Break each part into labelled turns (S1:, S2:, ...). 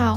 S1: 好，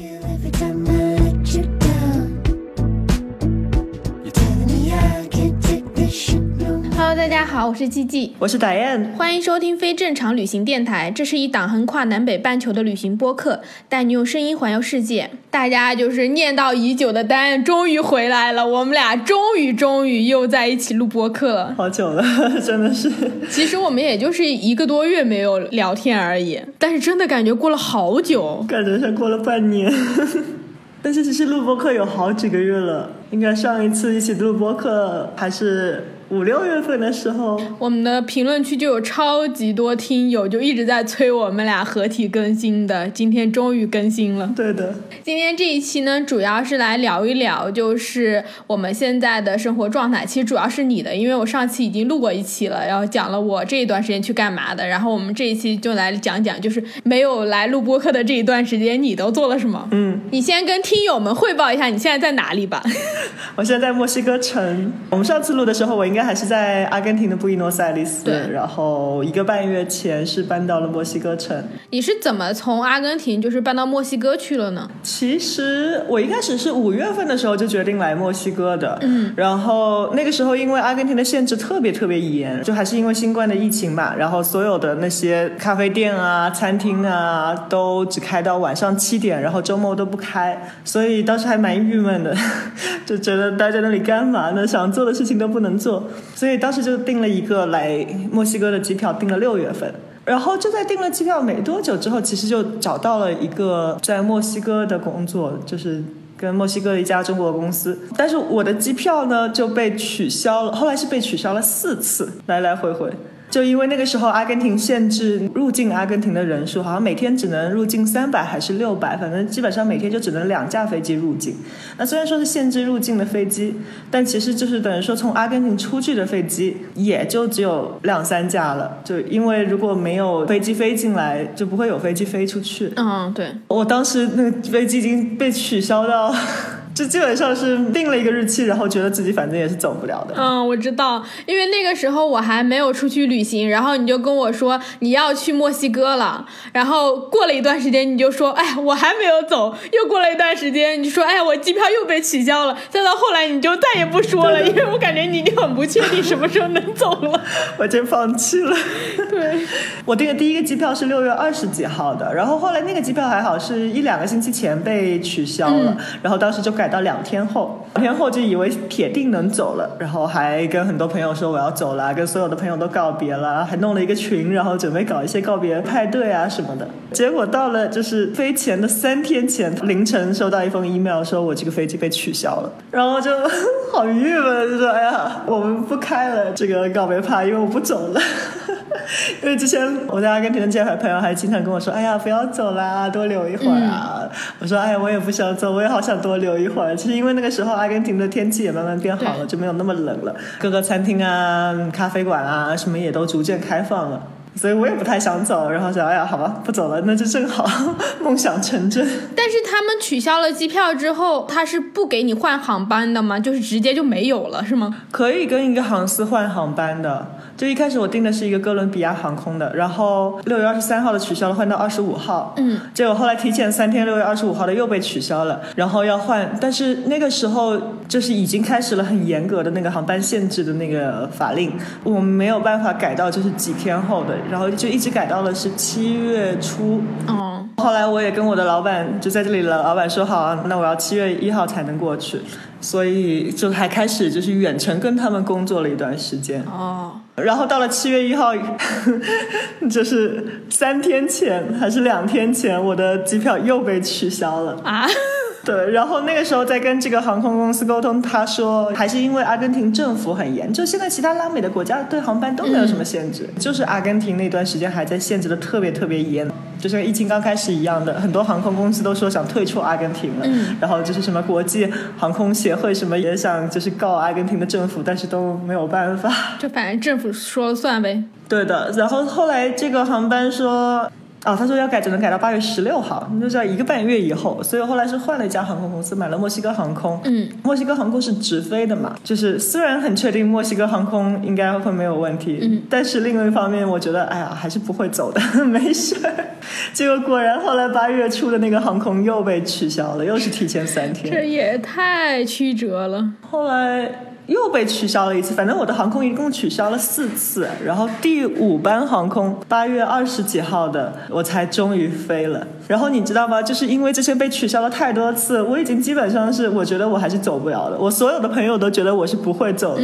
S2: Every time I let you down, you're telling me I can't take this shit no more.
S1: Hello，大家好，我是季季。
S3: 我是 Diane，
S1: 欢迎收听非正常旅行电台，这是一档横跨南北半球的旅行播客，带你用声音环游世界。大家就是念叨已久的丹恩终于回来了，我们俩终于终于又在一起录播客了。
S3: 好久了， 真的是
S1: 其实我们也就是一个多月没有聊天而已，但是真的感觉过了好久。
S3: 感觉像过了半年。 但是其实录播课有好几个月了，应该上一次一起录播课还是五六月份的时候。
S1: 我们的评论区就有超级多听友就一直在催我们俩合体更新的，今天终于更新了。
S3: 对的，
S1: 今天这一期呢，主要是来聊一聊，就是我们现在的生活状态。其实主要是你的，因为我上期已经录过一期了，然后讲了我这一段时间去干嘛的。然后我们这一期就来讲讲，就是没有来录播客的这一段时间，你都做了什么？
S3: 嗯，
S1: 你先跟听友们汇报一下你现在在哪里吧。
S3: 我现在在墨西哥城。我们上次录的时候，我应该还是在阿根廷的布宜诺斯艾利斯，
S1: 对
S3: 然后一个半月前是搬到了墨西哥城。
S1: 你是怎么从阿根廷就是搬到墨西哥去了呢？
S3: 其实我一开始是五月份的时候就决定来墨西哥的，嗯，然后那个时候因为阿根廷的限制特别特别严，就还是因为新冠的疫情嘛，然后所有的那些咖啡店啊、餐厅啊都只开到晚上七点，然后周末都不开，所以当时还蛮郁闷的， 就觉得待在那里干嘛呢？想做的事情都不能做，所以当时就订了一个来墨西哥的机票，订了六月份。然后就在订了机票没多久之后，其实就找到了一个在墨西哥的工作，就是跟墨西哥的一家中国公司。但是我的机票呢就被取消了，后来是被取消了四次，来来回回。就因为那个时候阿根廷限制入境阿根廷的人数，好像每天只能入境三百还是六百，反正基本上每天就只能两架飞机入境。那虽然说是限制入境的飞机，但其实就是等于说从阿根廷出去的飞机也就只有两三架了，就因为如果没有飞机飞进来，就不会有飞机飞出去。
S1: 嗯，对，
S3: 我当时那个飞机已经被取消到， 就基本上是定了一个日期，然后觉得自己反正也是走不了的。
S1: 嗯，我知道，因为那个时候我还没有出去旅行，然后你就跟我说你要去墨西哥了，然后过了一段时间你就说，哎，我还没有走，又过了一段时间你就说，哎，我机票又被取消了，再到后来你就再也不说了，因为我感觉你已经很不确定什么时候能走了。
S3: 我真放弃了。
S1: 对，
S3: 我订的第一个机票是六月二十几号的，然后后来那个机票还好，是一两个星期前被取消了，然后当时就改到两天后，两天后就以为铁定能走了，然后还跟很多朋友说我要走了，跟所有的朋友都告别了，还弄了一个群，然后准备搞一些告别派对啊什么的。结果到了就是飞前的三天前凌晨，收到一封 email 说我这个飞机被取消了，然后就好郁闷，就说哎呀，我们不开了这个告别派，因为我不走了。 因为之前我在阿根廷的这些朋友还经常跟我说：“哎呀，不要走啦，多留一会儿啊。我说：“哎呀，我也不想走，我也好想多留一会儿。”其实因为那个时候阿根廷的天气也慢慢变好了，就没有那么冷了，各个餐厅啊、咖啡馆啊什么也都逐渐开放了。所以我也不太想走，然后想，哎呀，好吧，不走了，那就正好梦想成真。
S1: 但是他们取消了机票之后，他是不给你换航班的吗？就是直接就没有了是吗？
S3: 可以跟一个航司换航班的。就一开始我订的是一个哥伦比亚航空的，然后六月二十三号的取消了，换到二十五号。嗯，结果后来提前三天，六月二十五号的又被取消了，然后要换，但是那个时候就是已经开始了很严格的那个航班限制的那个法令，我们没有办法改到就是几天后的，然后就一直改到了是七月初。
S1: 哦、
S3: 后来我也跟我的老板就在这里了，老板说好啊，那我要七月一号才能过去，所以就还开始就是远程跟他们工作了一段时间。
S1: 哦，
S3: 然后到了七月一号， 就是三天前还是两天前，我的机票又被取消了。
S1: 啊，
S3: 对，然后那个时候在跟这个航空公司沟通，他说还是因为阿根廷政府很严，就现在其他拉美的国家对航班都没有什么限制，就是阿根廷那段时间还在限制的特别特别严。就像疫情刚开始一样的，很多航空公司都说想退出阿根廷了，
S1: 嗯
S3: 然后就是什么国际航空协会什么也想就是告阿根廷的政府，但是都没有办法。
S4: 就反正政府说了算呗。
S3: 对的，然后后来这个航班说，啊，他说要改，只能改到八月十六号，那就是要一个半月以后。所以后来是换了一家航空公司，买了墨西哥航空。
S4: 嗯，
S3: 墨西哥航空是直飞的嘛，就是虽然很确定墨西哥航空应该会没有问题，嗯，但是另外一方面，我觉得哎呀还是不会走的， 没事儿。结果果然后来八月初的那个航空又被取消了，又是提前三天。
S4: 这也太曲折了。
S3: 后来又被取消了一次，反正我的航空一共取消了四次，然后第五班航空八月二十几号的我才终于飞了。然后你知道吗？就是因为这些被取消了太多次，我已经基本上是我觉得我还是走不了的。我所有的朋友都觉得我是不会走的。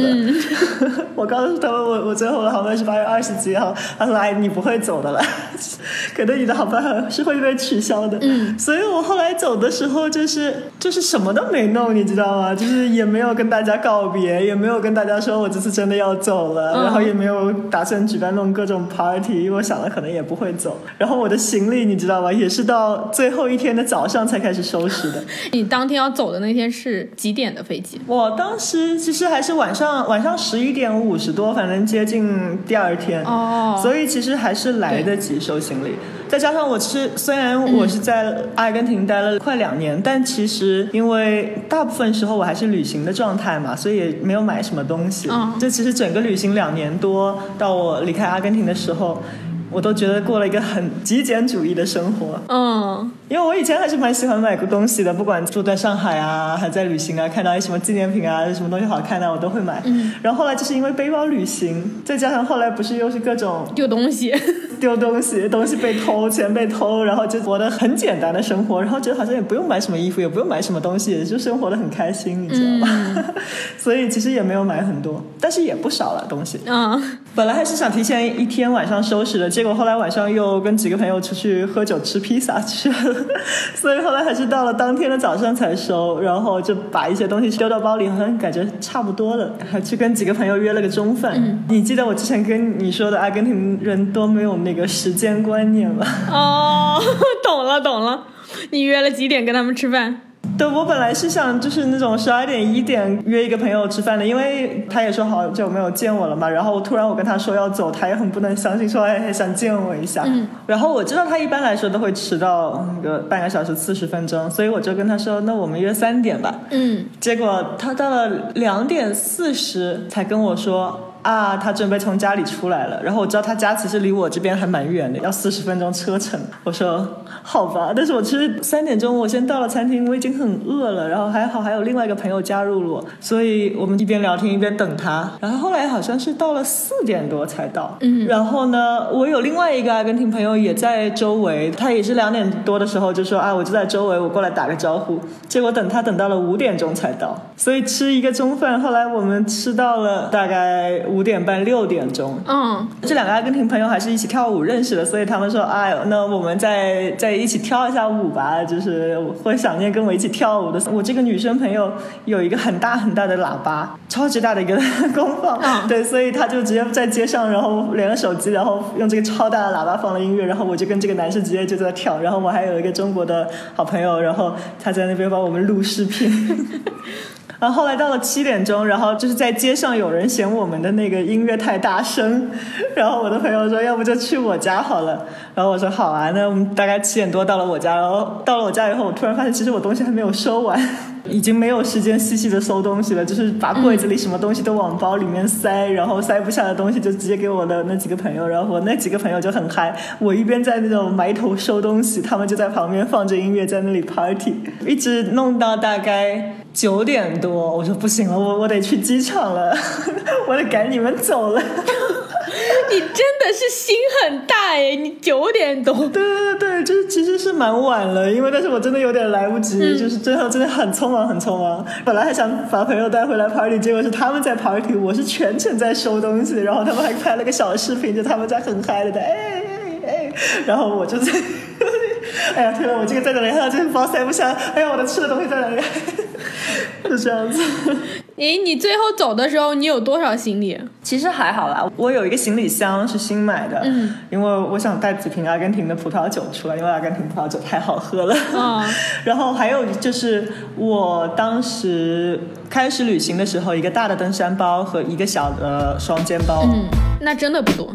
S3: 我告诉他们我我最后的航班是八月二十几号，他说哎你不会走的了， 可能你的航班是会被取消的。嗯，所以我后来走的时候就是就是什么都没弄，你知道吗？就是也没有跟大家告别，也没有跟大家说我这次真的要走了，
S4: 嗯
S3: 然后也没有打算举办弄各种 party，因为我想了可能也不会走。然后我的行李你知道吗？也是到最后一天的早上才开始收拾的。
S4: 你当天要走的那天是几点的飞机？
S3: 我当时其实还是晚上晚上十一点五十多，反正接近第二天
S4: 哦
S3: 所以其实还是来得及收行李。再加上我是虽然
S4: 嗯
S3: 我是在阿根廷待了快两年，但其实因为大部分时候我还是旅行的状态嘛，所以也没有买什么东西。
S4: 嗯
S3: 这其实整个旅行两年多，到我离开阿根廷的时候。我都觉得过了一个很极简主义的生活，
S4: 嗯，
S3: 因为我以前还是蛮喜欢买东西的，不管住在上海啊，还在旅行啊，看到一什么纪念品啊，什么东西好看的、我都会买。嗯，然后后来就是因为背包旅行，再加上后来不是又是各种
S4: 丢东 西。
S3: 丢东西，东西被偷，钱被偷，然后就活得很简单的生活，然后觉得好像也不用买什么衣服，也不用买什么东西，也就生活的很开心，你知道吗？ 所以其实也没有买很多，但是也不少了东西。
S4: 嗯，
S3: 本来还是想提前一天晚上收拾的，结果后来晚上又跟几个朋友出去喝酒吃披萨去了，所以后来还是到了当天的早上才收，然后就把一些东西丢到包里，好像感觉差不多了，还去跟几个朋友约了个中饭。你记得我之前跟你说的阿根廷人多没有那个时间观念吗？
S4: 哦， 懂了懂了。你约了几点跟他们吃饭？
S3: 对，我本来是想就是那种十二点一点约一个朋友吃饭的，因为他也说好久没有见我了嘛。然后突然我跟他说要走，他也很不能相信，说哎还想见我一下。嗯。然后我知道他一般来说都会迟到那个半个小时四十分钟，所以我就跟他说那我们约三点吧。
S4: 嗯，
S3: 结果他到了两点四十才跟我说啊，他准备从家里出来了。然后我知道他家其实离我这边还蛮远的，要四十分钟车程。我说好吧，但是我其实三点钟我先到了餐厅，我已经很饿了。然后还好还有另外一个朋友加入了我，所以我们一边聊天一边等他。然后后来好像是到了四点多才到。嗯，然后呢，我有另外一个阿根廷朋友也在周围，他也是两点多的时候就说啊，我就在周围，我过来打个招呼。结果等他等到了五点钟才到，所以吃一个中饭，后来我们吃到了大概五点半六点钟。
S4: 嗯，
S3: 这两个阿根廷朋友还是一起跳舞认识的，所以他们说，哎呦，那我们再再一起跳一下舞吧，就是我会想念跟我一起跳舞的。我这个女生朋友有一个很大很大的喇叭，超级大的一个功放，
S4: 嗯
S3: 对，所以她就直接在街上，然后连个手机，然后用这个超大的喇叭放了音乐，然后我就跟这个男生直接就在跳，然后我还有一个中国的好朋友，然后他在那边帮我们录视频。然后后来到了七点钟，然后就是在街上有人嫌我们的那个音乐太大声，然后我的朋友说，要不就去我家好了。然后我说好啊，那我们大概七点多到了我家，然后到了我家以后，我突然发现其实我东西还没有收完，已经没有时间细细的搜东西了，就是把柜子里什么东西都往包里面塞，然后塞不下的东西就直接给我的那几个朋友，然后我那几个朋友就很嗨，我一边在那种埋头收东西，他们就在旁边放着音乐在那里 party，一直弄到大概九点多，我说不行了，我我得去机场了， 我得赶你们走了。
S4: 你真的是心很大哎，你九点多。
S3: 对对对对，就是其实是蛮晚了，因为但是我真的有点来不及，就是真的真的很匆忙很匆忙。本来还想把朋友带回来 party，结果是他们在 party，我是全程在收东西，然后他们还拍了个小视频，就他们在很嗨的在哎哎哎，然后我就在， 哎呀天呐，我这个 在哪里？还有这个包塞不下，哎呀我的吃的东西在哪里？就这样子。
S4: 诶，你最后走的时候，你有多少行李？
S3: 其实还好啦，我有一个行李箱是新买的，嗯，因为我想带几瓶阿根廷的葡萄酒出来，因为阿根廷葡萄酒太好喝了。
S4: 啊
S3: 然后还有就是我当时开始旅行的时候，一个大的登山包和一个小的双肩包。嗯，
S4: 那真的不多。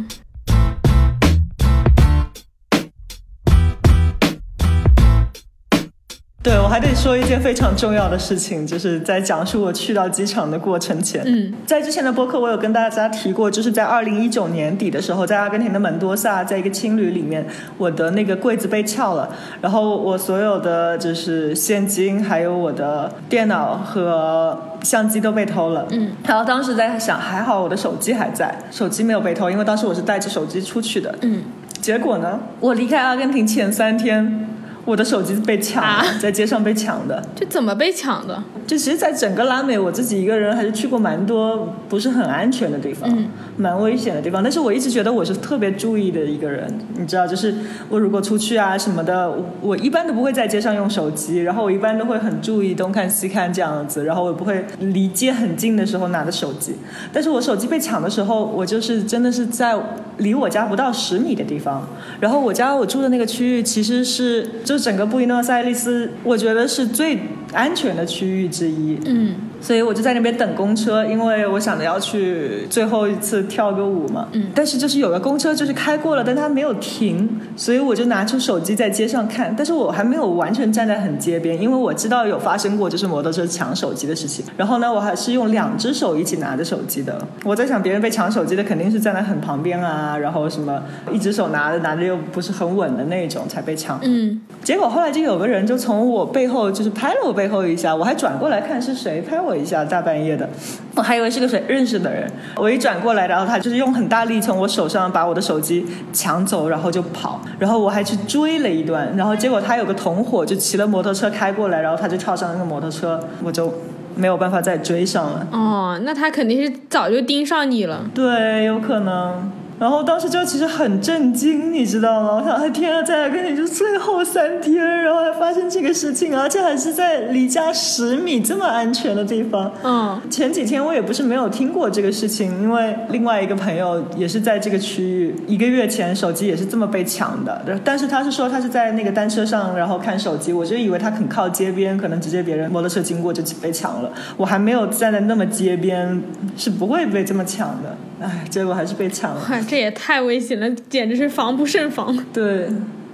S3: 对我还得说一件非常重要的事情，就是在讲述我去到机场的过程前，
S4: 嗯，
S3: 在之前的播客我有跟大家提过，就是在二零一九年底的时候，在阿根廷的门多萨，在一个青旅里面，我的那个柜子被撬了，然后我所有的就是现金，还有我的电脑和相机都被偷了，嗯，然后当时在想，还好我的手机还在，手机没有被偷，因为当时我是带着手机出去的，嗯，结果呢，我离开阿根廷前三天。我的手机被抢了，
S4: 啊
S3: 在街上被抢的，
S4: 这怎么被抢的？
S3: 就其实，在整个拉美，我自己一个人还是去过蛮多不是很安全的地方，蛮危险的地方。但是我一直觉得我是特别注意的一个人，你知道，就是我如果出去啊什么的，我我一般都不会在街上用手机，然后我一般都会很注意东看西看这样子，然后我也不会离街很近的时候拿着手机。但是我手机被抢的时候，我就是真的是在离我家不到十米的地方，然后我家我住的那个区域其实是就整个布宜诺斯艾利斯，我觉得是最安全的区域之一。
S4: 嗯，
S3: 所以我就在那边等公车，因为我想着要去最后一次跳个舞嘛。嗯，但是就是有个公车就是开过了，但它没有停，所以我就拿出手机在街上看，但是我还没有完全站在很街边，因为我知道有发生过就是摩托车抢手机的事情。然后呢，我还是用两只手一起拿着手机的。我在想，别人被抢手机的肯定是站在很旁边啊，然后什么一只手拿着拿着又不是很稳的那种才被抢。
S4: 嗯，
S3: 结果后来就有个人就从我背后就是拍了我背后一下，我还转过来看是谁拍我一下，大半夜的，我还以为是个谁认识的人。我一转过来，然后他就是用很大力从我手上把我的手机抢走，然后就跑。然后我还去追了一段，然后结果他有个同伙就骑了摩托车开过来，然后他就跳上那个摩托车，我就没有办法再追上了。
S4: 哦，那他肯定是早就盯上你了。
S3: 对，有可能。然后当时就其实很震惊，你知道吗？我想，哎天啊，在跟你就最后三天，然后还发生这个事情，而且还是在离家十米这么安全的地方。
S4: 嗯，
S3: 前几天我也不是没有听过这个事情，因为另外一个朋友也是在这个区域，一个月前手机也是这么被抢的，但是他是说他是在那个单车上，然后看手机，我就以为他很靠街边，可能直接别人摩托车经过就被抢了，我还没有站在那么街边，是不会被这么抢的，唉，结果还是被抢了。
S4: 哇，这也太危险了，简直是防不胜防。
S3: 对，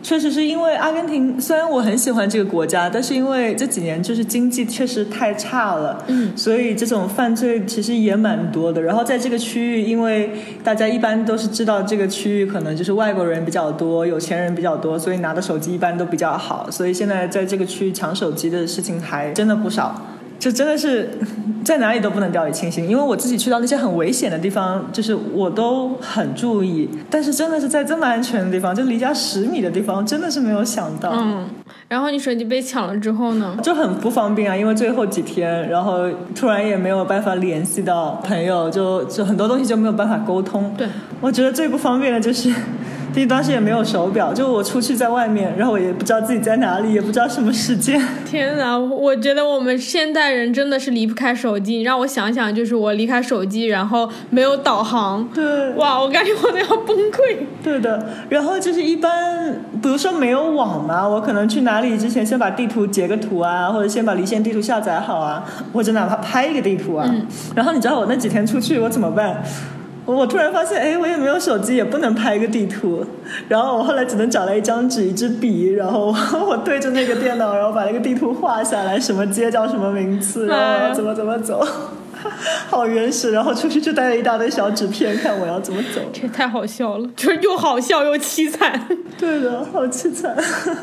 S3: 确实是因为阿根廷，虽然我很喜欢这个国家，但是因为这几年就是经济确实太差了，嗯，所以这种犯罪其实也蛮多的。然后在这个区域，因为大家一般都是知道这个区域可能就是外国人比较多，有钱人比较多，所以拿的手机一般都比较好，所以现在在这个区域抢手机的事情还真的不少。就真的是 在哪里都不能掉以轻心，因为我自己去到那些很危险的地方，就是我都很注意，但是真的是在这么安全的地方，就离家十米的地方，真的是没有想到。
S4: 嗯，然后你手机被抢了之后呢？
S3: 就很不方便啊，因为最后几天，然后突然也没有办法联系到朋友，就就很多东西就没有办法沟通。
S4: 对，
S3: 我觉得最不方便的就是， 第一当时也没有手表，就我出去在外面，然后我也不知道自己在哪里，也不知道什么时间。
S4: 天哪，我觉得我们现代人真的是离不开手机。你让我想想，就是我离开手机，然后没有导航，
S3: 对，
S4: 哇，我感觉我都要崩溃。
S3: 对的，然后就是一般，比如说没有网嘛，我可能去哪里之前先把地图截个图啊，或者先把离线地图下载好啊，或者哪怕拍一个地图啊。然后你知道我那几天出去我怎么办？我我突然发现，哎，我也没有手机，也不能拍一个地图。啊然后我后来只能找来一张纸、一支笔，然后我我对着那个电脑，然后把那个地图画下来，什么街叫什么名字，然后我要怎么怎么走， 好原始。然后出去就带了一大堆小纸片，看我要怎么走。
S4: 这也太好笑了，就是又好笑又凄惨。
S3: 对的，好凄惨。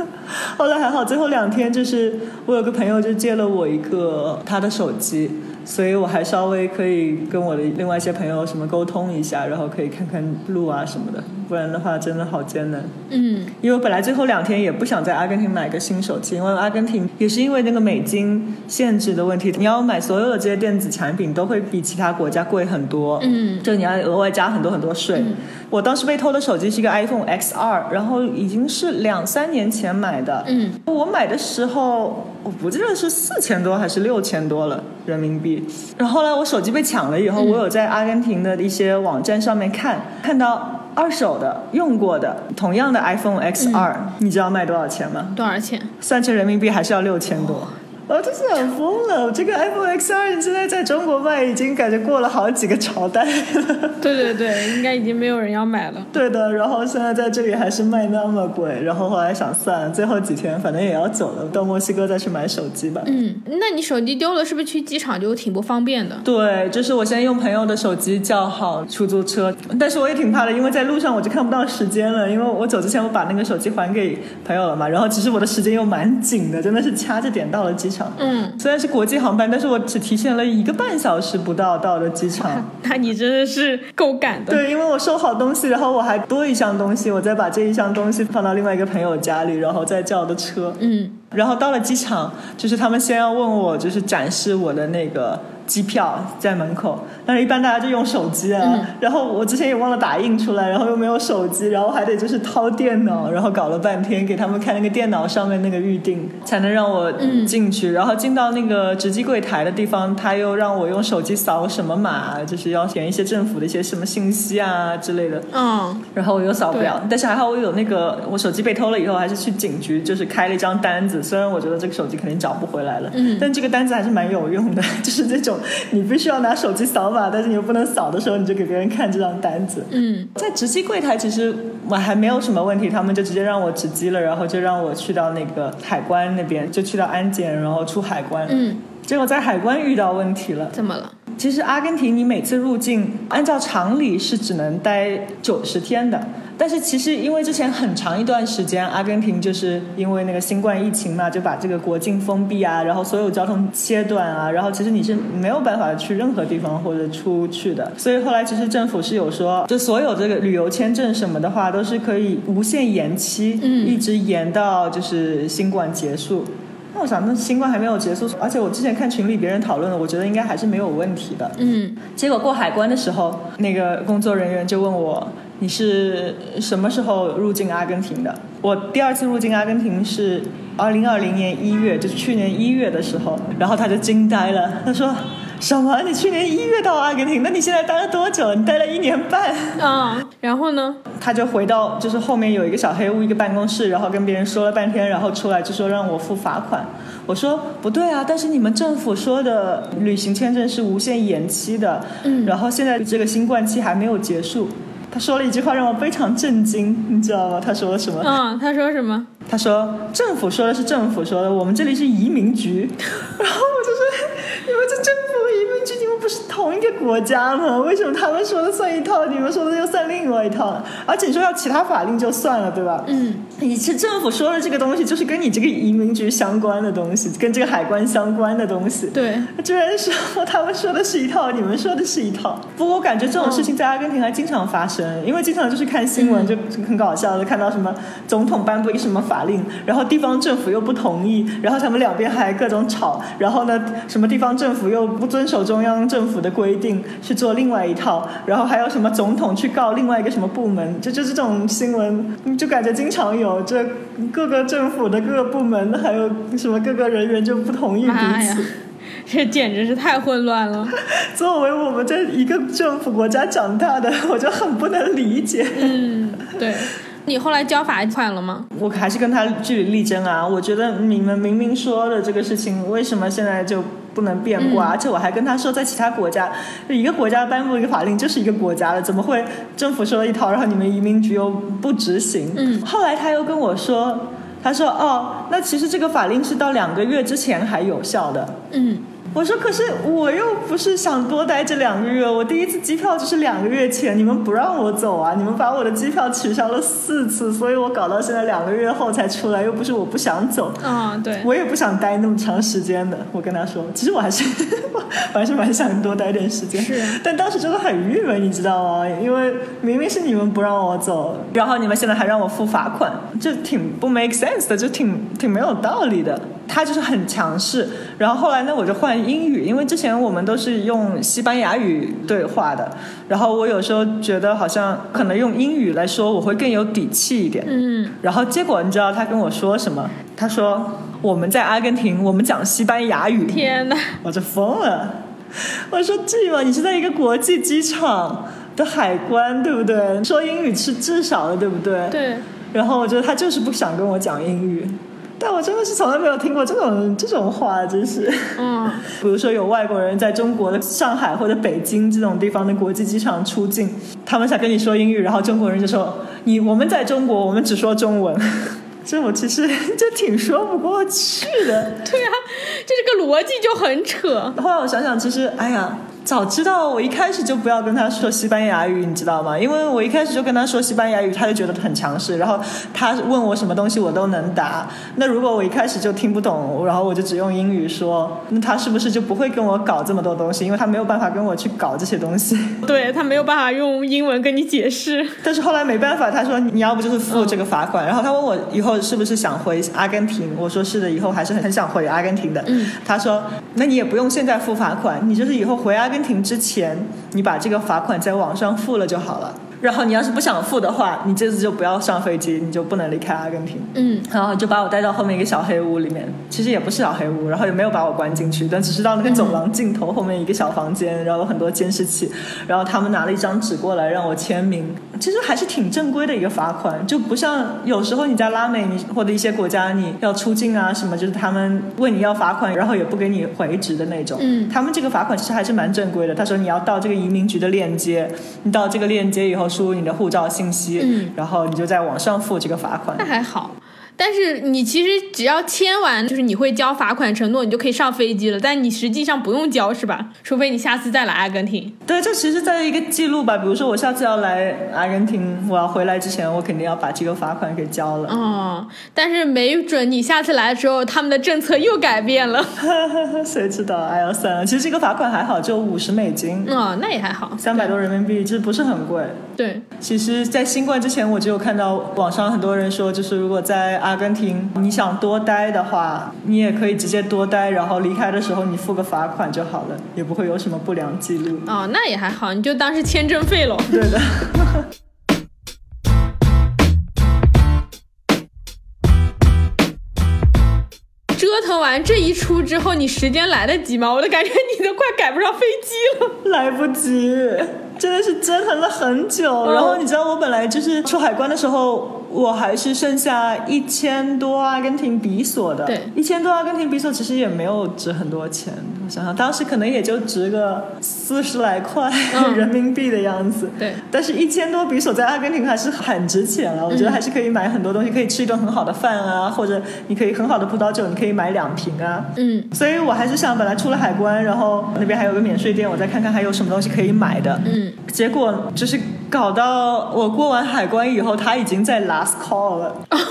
S3: 后来还好，最后两天就是我有个朋友就借了我一个他的手机，所以我还稍微可以跟我的另外一些朋友什么沟通一下，然后可以看看路啊什么的。不然的话真的好艰难。
S4: 嗯，
S3: 因为我本来最后两天也不想在阿根廷买个新手机，因为阿根廷也是因为那个美金限制的问题，你要买所有的这些电子产品都会比其他国家贵很多。
S4: 嗯，
S3: 就你要额外加很多很多税。我当时被偷的手机是一个 iPhone XR，然后已经是两三年前买的。
S4: 嗯，
S3: 我买的时候我不记得是四千多还是六千多了人民币。然后后来我手机被抢了以
S4: 嗯
S3: 后，我有在阿根廷的一些网站上面看，看到二手的用过的同样的 iPhone XR，、你
S4: 嗯
S3: 知道卖多少钱吗？
S4: 多少钱？
S3: 算成人民币还是要六千多。我真是很疯了！这个 iPhone XR 现在在中国卖，已经感觉过了好几个朝代了。
S4: 对对对，应该已经没有人要买了。
S3: 对的，然后现在在这里还是卖那么贵，然后后来想算了，最后几天反正也要走了，到墨西哥再去买手机吧。
S4: 嗯，那你手机丢了，是不是去机场就挺不方便的？
S3: 对，就是我先用朋友的手机叫好出租车，但是我也挺怕的，因为在路上我就看不到时间了，因为我走之前我把那个手机还给朋友了嘛，然后其实我的时间又蛮紧的，真的是掐着点到了机场。
S4: 嗯，
S3: 虽然是国际航班，但是我只提前了一个半小时不到到了机场。
S4: 那你真的是够赶的。
S3: 对，因为我收好东西，然后我还多一箱东西，我再把这一箱东西放到另外一个朋友家里，然后再叫的车。
S4: 嗯，
S3: 然后到了机场，就是他们先要问我，就是展示我的那个机票在门口，但是一般大家就用手机啊。然后我之前也忘了打印出来，然后又没有手机，然后还得就是掏电脑，然后搞了半天给他们看那个电脑上面那个预定，才能让我进去。然后进到那个值机柜台的地方，他又让我用手机扫什么码，就是要填一些政府的一些什么信息啊之类的。
S4: 嗯，
S3: 然后我又扫不了
S4: 对，
S3: 但是还好我有那个，我手机被偷了以后，还是去警局就是开了一张单子。虽然我觉得这个手机肯定找不回来了，
S4: 嗯
S3: 但这个单子还是蛮有用的， 就是这种你必须要拿手机扫码，但是你又不能扫的时候，你就给别人看这张单子。
S4: 嗯，
S3: 在值机柜台其实我还没有什么问题，他们就直接让我值机了，然后就让我去到那个海关那边，就去到安检，然后出海关。
S4: 嗯，
S3: 结果在海关遇到问题了。
S4: 怎么了？
S3: 其实阿根廷你每次入境，按照常理是只能待九十天的，但是其实因为之前很长一段时间，阿根廷就是因为那个新冠疫情嘛，就把这个国境封闭啊，然后所有交通切断啊，然后其实你是没有办法去任何地方或者出去的，所以后来其实政府是有说，就所有这个旅游签证什么的话，都是可以无限延期，
S4: 嗯
S3: 一直延到就是新冠结束。那我想，那新冠还没有结束，而且我之前看群里别人讨论的，我觉得应该还是没有问题的。
S4: 嗯，
S3: 结果过海关的时候，那个工作人员就问我：“你是什么时候入境阿根廷的？”我第二次入境阿根廷是二零二零年一月，就是去年一月的时候。然后他就惊呆了，他说：“什么？你去年一月到阿根廷？那你现在待了多久？你待了一年半。”
S4: 啊，然后呢？
S3: 他就回到就是后面有一个小黑屋一个办公室，然后跟别人说了半天，然后出来就说让我付罚款。我说不对啊，但是你们政府说的旅行签证是无限延期的，
S4: 嗯
S3: 然后现在这个新冠期还没有结束。他说了一句话让我非常震惊，你知道吗？他说了什么？
S4: 嗯，他说什么？
S3: 他说政府说的是政府说的，我们这里是移民局。然后我就说，你们这政府和移民局，你们不是同一个国家吗？为什么他们说的算一套，你们说的又算另外一套？而且你说要其他法令就算了，对吧？
S4: 嗯，
S3: 你是政府说的这个东西，就是跟你这个移民局相关的东西，跟这个海关相关的东西。
S4: 对，
S3: 居然说他们说的是一套，你们说的是一套。不过我感觉这种事情在阿根廷还经常发生，因为经常就是看新闻就
S4: 嗯
S3: 很搞笑的，看到什么总统颁布一个什么法令，然后地方政府又不同意，然后他们两边还各种吵，然后呢，什么地方政府又不遵守中央政府的规定去做另外一套，然后还有什么总统去告另外一个什么部门，就就这种新闻就感觉经常有，这各个政府的各个部门还有什么各个人员就不同意
S4: 妈
S3: 彼
S4: 呀
S3: 此。，
S4: 这简直是太混乱了。
S3: 作为我们这一个政府国家长大的，我就很不能理解。
S4: 嗯，对。你后来交罚款了吗？
S3: 我还是跟他据理力争啊！我觉得你们明明说的这个事情，为什么现在就不能变卦？而且我还跟他说，在其他国家，一个国家颁布一个法令就是一个国家了，怎么会政府说了一套，然后你们移民局又不执行？
S4: 嗯
S3: 后来他又跟我说，他说哦，那其实这个法令是到两个月之前还有效的。
S4: 嗯，
S3: 我说可是我又不是想多待这两个月，我第一次机票就是两个月前，你们不让我走啊，你们把我的机票取消了四次，所以我搞到现在两个月后才出来，又不是我不想走。
S4: 啊，对，
S3: 我也不想待那么长时间的，我跟他说，其实我还是 我还是蛮想多待点时间，
S4: 是
S3: 但当时真的很郁闷，你知道吗？因为明明是你们不让我走，然后你们现在还让我付罚款，就挺不 make sense 的，就挺挺没有道理的。他就是很强势，然后后来呢，我就换英语，因为之前我们都是用西班牙语对话的，然后我有时候觉得好像可能用英语来说我会更有底气一点，
S4: 嗯，
S3: 然后结果你知道他跟我说什么？他说我们在阿根廷，我们讲西班牙语。
S4: 天哪，
S3: 我就疯了。我说至于吗？你是在一个国际机场的海关，对不对？说英语是至少的，对不对？。
S4: 对，
S3: 然后我觉得他就是不想跟我讲英语，但我真的是从来没有听过这种这种话，真是。
S4: 嗯，
S3: 比如说有外国人在中国的上海或者北京这种地方的国际机场出境，他们想跟你说英语，然后中国人就说你我们在中国，我们只说中文。 这我其实就挺说不过去的。
S4: 对啊，这这个逻辑就很扯，
S3: 后来我想想，其实哎呀，早知道我一开始就不要跟他说西班牙语，你知道吗？因为我一开始就跟他说西班牙语，他就觉得很强势。然后他问我什么东西，我都能答。那如果我一开始就听不懂，然后我就只用英语说，那他是不是就不会跟我搞这么多东西？因为他没有办法跟我去搞这些东西。
S4: 对他没有办法用英文跟你解释，
S3: 但是后来没办法，他说你要不就是付这个罚款，然后他问我以后是不是想回阿根廷，我说是的，以后还是很很想回阿根廷的。他说那你也不用现在付罚款，你就是以后回阿根廷之前，你把这个罚款在网上付了就好了。然后你要是不想付的话，你这次就不要上飞机，你就不能离开阿根廷。
S4: 嗯，
S3: 然后就把我带到后面一个小黑屋里面，其实也不是小黑屋，然后也没有把我关进去，但只是到那个走廊尽头后面一个小房间，然后有很多监视器，然后他们拿了一张纸过来让我签名，其实还是挺正规的一个罚款，就不像有时候你在拉美你或者一些国家你要出境啊什么，就是他们问你要罚款，然后也不给你回执的那种，
S4: 嗯
S3: 他们这个罚款其实还是蛮正规的，他说你要到这个移民局的链接，你到这个链接以后输入你的护照信息，
S4: 嗯
S3: 然后你就在网上付这个罚款
S4: 那。还好。但是你其实只要签完，就是你会交罚款承诺，你就可以上飞机了。但你实际上不用交，是吧？除非你下次再来阿根廷。
S3: 对，这其实在一个记录吧。比如说，我下次要来阿根廷，我要回来之前，我肯定要把这个罚款给交了。
S4: 哦，但是没准你下次来的时候，他们的政策又改变了。
S3: 谁知道？哎呀，算了。其实这个罚款还好，就五十美金，
S4: 哦，那也还好。
S3: 三百多人民币，这不是很贵。
S4: 对，
S3: 其实，在新冠之前，我就有看到网上很多人说，就是如果在阿根廷你想多待的话，你也可以直接多待，然后离开的时候你付个罚款就好了，也不会有什么不良记录。
S4: 哦，那也还好，你就当是签证费喽。
S3: 对 的。
S4: 折腾完这一出之后，你时间来得及吗？我都感觉你都快赶不上飞机了。
S3: 来不及，真的是折腾了很久。
S4: 嗯
S3: 然后你知道，我本来就是出海关的时候，我还是剩下一千多阿根廷比索的。
S4: 对
S3: 一千多阿根廷比索其实也没有值很多钱。我想想，当时可能也就值个四十来块
S4: 嗯
S3: 人民币的样子。
S4: 对嗯
S3: 但是，一千多比索在阿根廷还是很值钱了。我觉得还是可以买很多东西，可以吃一顿很好的饭啊，或者你可以很好的葡萄酒，你可以买两瓶啊。
S4: 嗯，
S3: 所以我还是想，本来出了海关，然后那边还有个免税店，我再看看还有什么东西可以买的。
S4: 嗯，
S3: 结果就是搞到我过完海关以后，他已经在 last call 了，
S4: 哦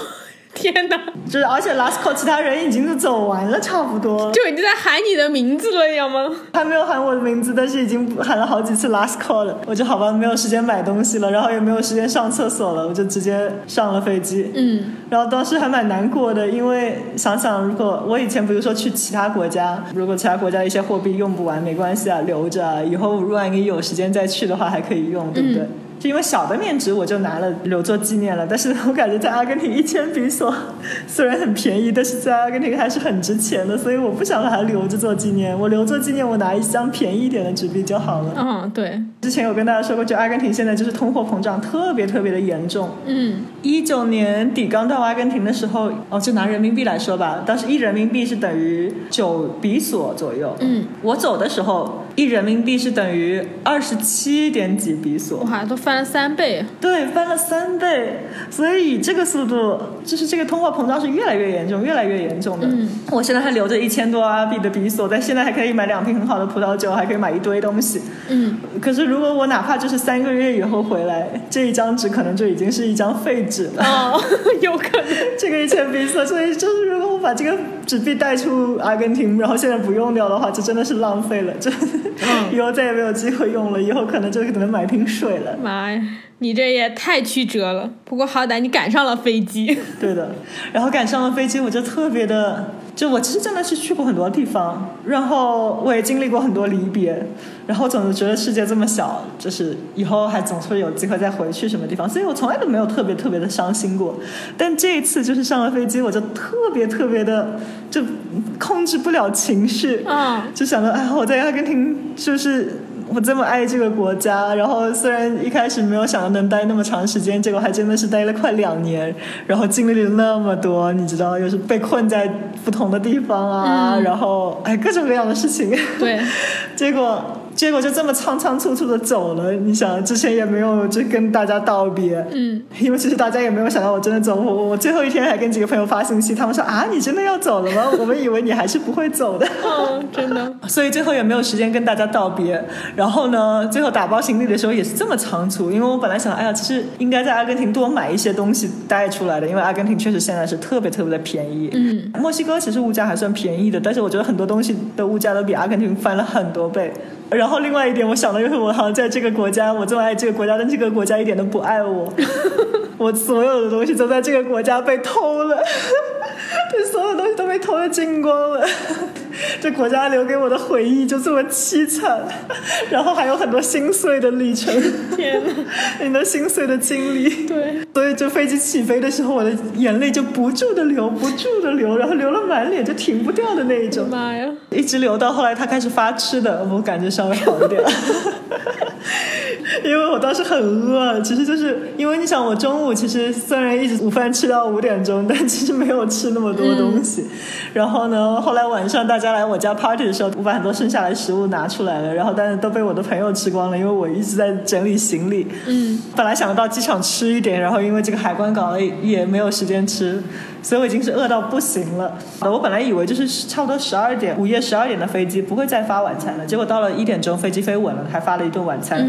S4: 天哪，
S3: 就是而且 last call 其他人已经是走完了，差不多
S4: 就已经在喊你的名字了，要吗？
S3: 还没有喊我的名字，但是已经喊了好几次 last call 了。我就好吧，没有时间买东西了，然后也没有时间上厕所了，我就直接上了飞机。
S4: 嗯。
S3: 然后当时还蛮难过的，因为想想如果我以前比如说去其他国家，如果其他国家一些货币用不完没关系啊，留着啊，以后万一有时间再去的话还可以用，对不对？就因为小的面值我就拿了留作纪念了，但是我感觉在阿根廷一千比索 虽然很便宜，但是在阿根廷还是很值钱的，所以我不想把它留着做纪念。我留作纪念，我拿一张便宜一点的纸币就好了。
S4: 嗯，对，
S3: 之前有跟大家说过，就阿根廷现在就是通货膨胀特别特别的严重。
S4: 嗯，
S3: 一九年底刚到阿根廷的时候，哦，就拿人民币来说吧，当时一人民币是等于九比索左右。
S4: 嗯，
S3: 我走的时候，一人民币是等于二十七点几比索，
S4: 哇，都翻了三倍，
S3: 对，翻了三倍。所以这个速度，就是这个通货膨胀是越来越严重，越来越严重的。
S4: 嗯，
S3: 我现在还留着一千多阿币的比索，但现在还可以买两瓶很好的葡萄酒，还可以买一堆东西。
S4: 嗯，
S3: 可是如果我哪怕就是三个月以后回来，这一张纸可能就已经是一张废纸了。
S4: 哦， 有可能，
S3: 这个一千比索，所以就是如果我把这个纸币带出阿根廷，然后现在不用掉的话，这真的是浪费了，这、以后再也没有机会用了，以后可能就只能买瓶水了。
S4: 妈呀，你这也太曲折了。不过好歹你赶上了飞机，
S3: 对的，然后赶上了飞机，我就特别的，就我其实真的是去过很多地方，然后我也经历过很多离别，然后总是觉得世界这么小，就是以后还总是会有机会再回去什么地方，所以我从来都没有特别特别的伤心过。但这一次就是上了飞机，我就特别特别的就控制不了情绪，
S4: 嗯
S3: 就想到哎，我在阿根廷就是。我这么爱这个国家，然后虽然一开始没有想到能待那么长时间，结果还真的是待了快两年，然后经历了那么多，你知道，又是被困在不同的地方啊，然后哎各种各样的事情，
S4: 对，
S3: 结果结果就这么仓仓促促的走了。你想，之前也没有就跟大家道别，
S4: 嗯，
S3: 因为其实大家也没有想到我真的走，我我最后一天还跟几个朋友发信息，他们说啊，你真的要走了吗？我们以为你还是不会走的。
S4: 哦，真的，
S3: 所以最后也没有时间跟大家道别。然后呢，最后打包行李的时候也是这么仓促，因为我本来想，哎呀，其实应该在阿根廷多买一些东西带出来的，因为阿根廷确实现在是特别特别的便宜。
S4: 嗯，
S3: 墨西哥其实物价还算便宜的，但是我觉得很多东西的物价都比阿根廷翻了很多倍。然后另外一点，我想到就是我好像在这个国家，我这么爱这个国家，但这个国家一点都不爱我，我所有的东西都在这个国家被偷了。这 所有东西都被偷得精光了， 这国家留给我的回忆就这么凄惨， 然后还有很多心碎的历程，
S4: 天呐，
S3: 很多心碎的经历。
S4: 对，
S3: 所以就飞机起飞的时候，我的眼泪就不住的流，不住的流，然后流了满脸，就停不掉的那一种，
S4: 妈呀，
S3: 一直流到后来他开始发吃的，我感觉稍微好一点 了。因为我当时很饿，其实就是因为你想，我中午其实虽然一直午饭吃到五点钟，但其实没有吃那么多东西。然后呢，后来晚上大家来我家 party 的时候，我把很多剩下来的食物拿出来了，然后但是都被我的朋友吃光了，因为我一直在整理行李。
S4: 嗯，
S3: 本来想到机场吃一点，然后因为这个海关搞了也没有时间吃，所以我已经是饿到不行了。我本来以为就是差不多十二点，午夜十二点的飞机不会再发晚餐了，结果到了一点钟飞机飞稳了，还发了一顿晚餐，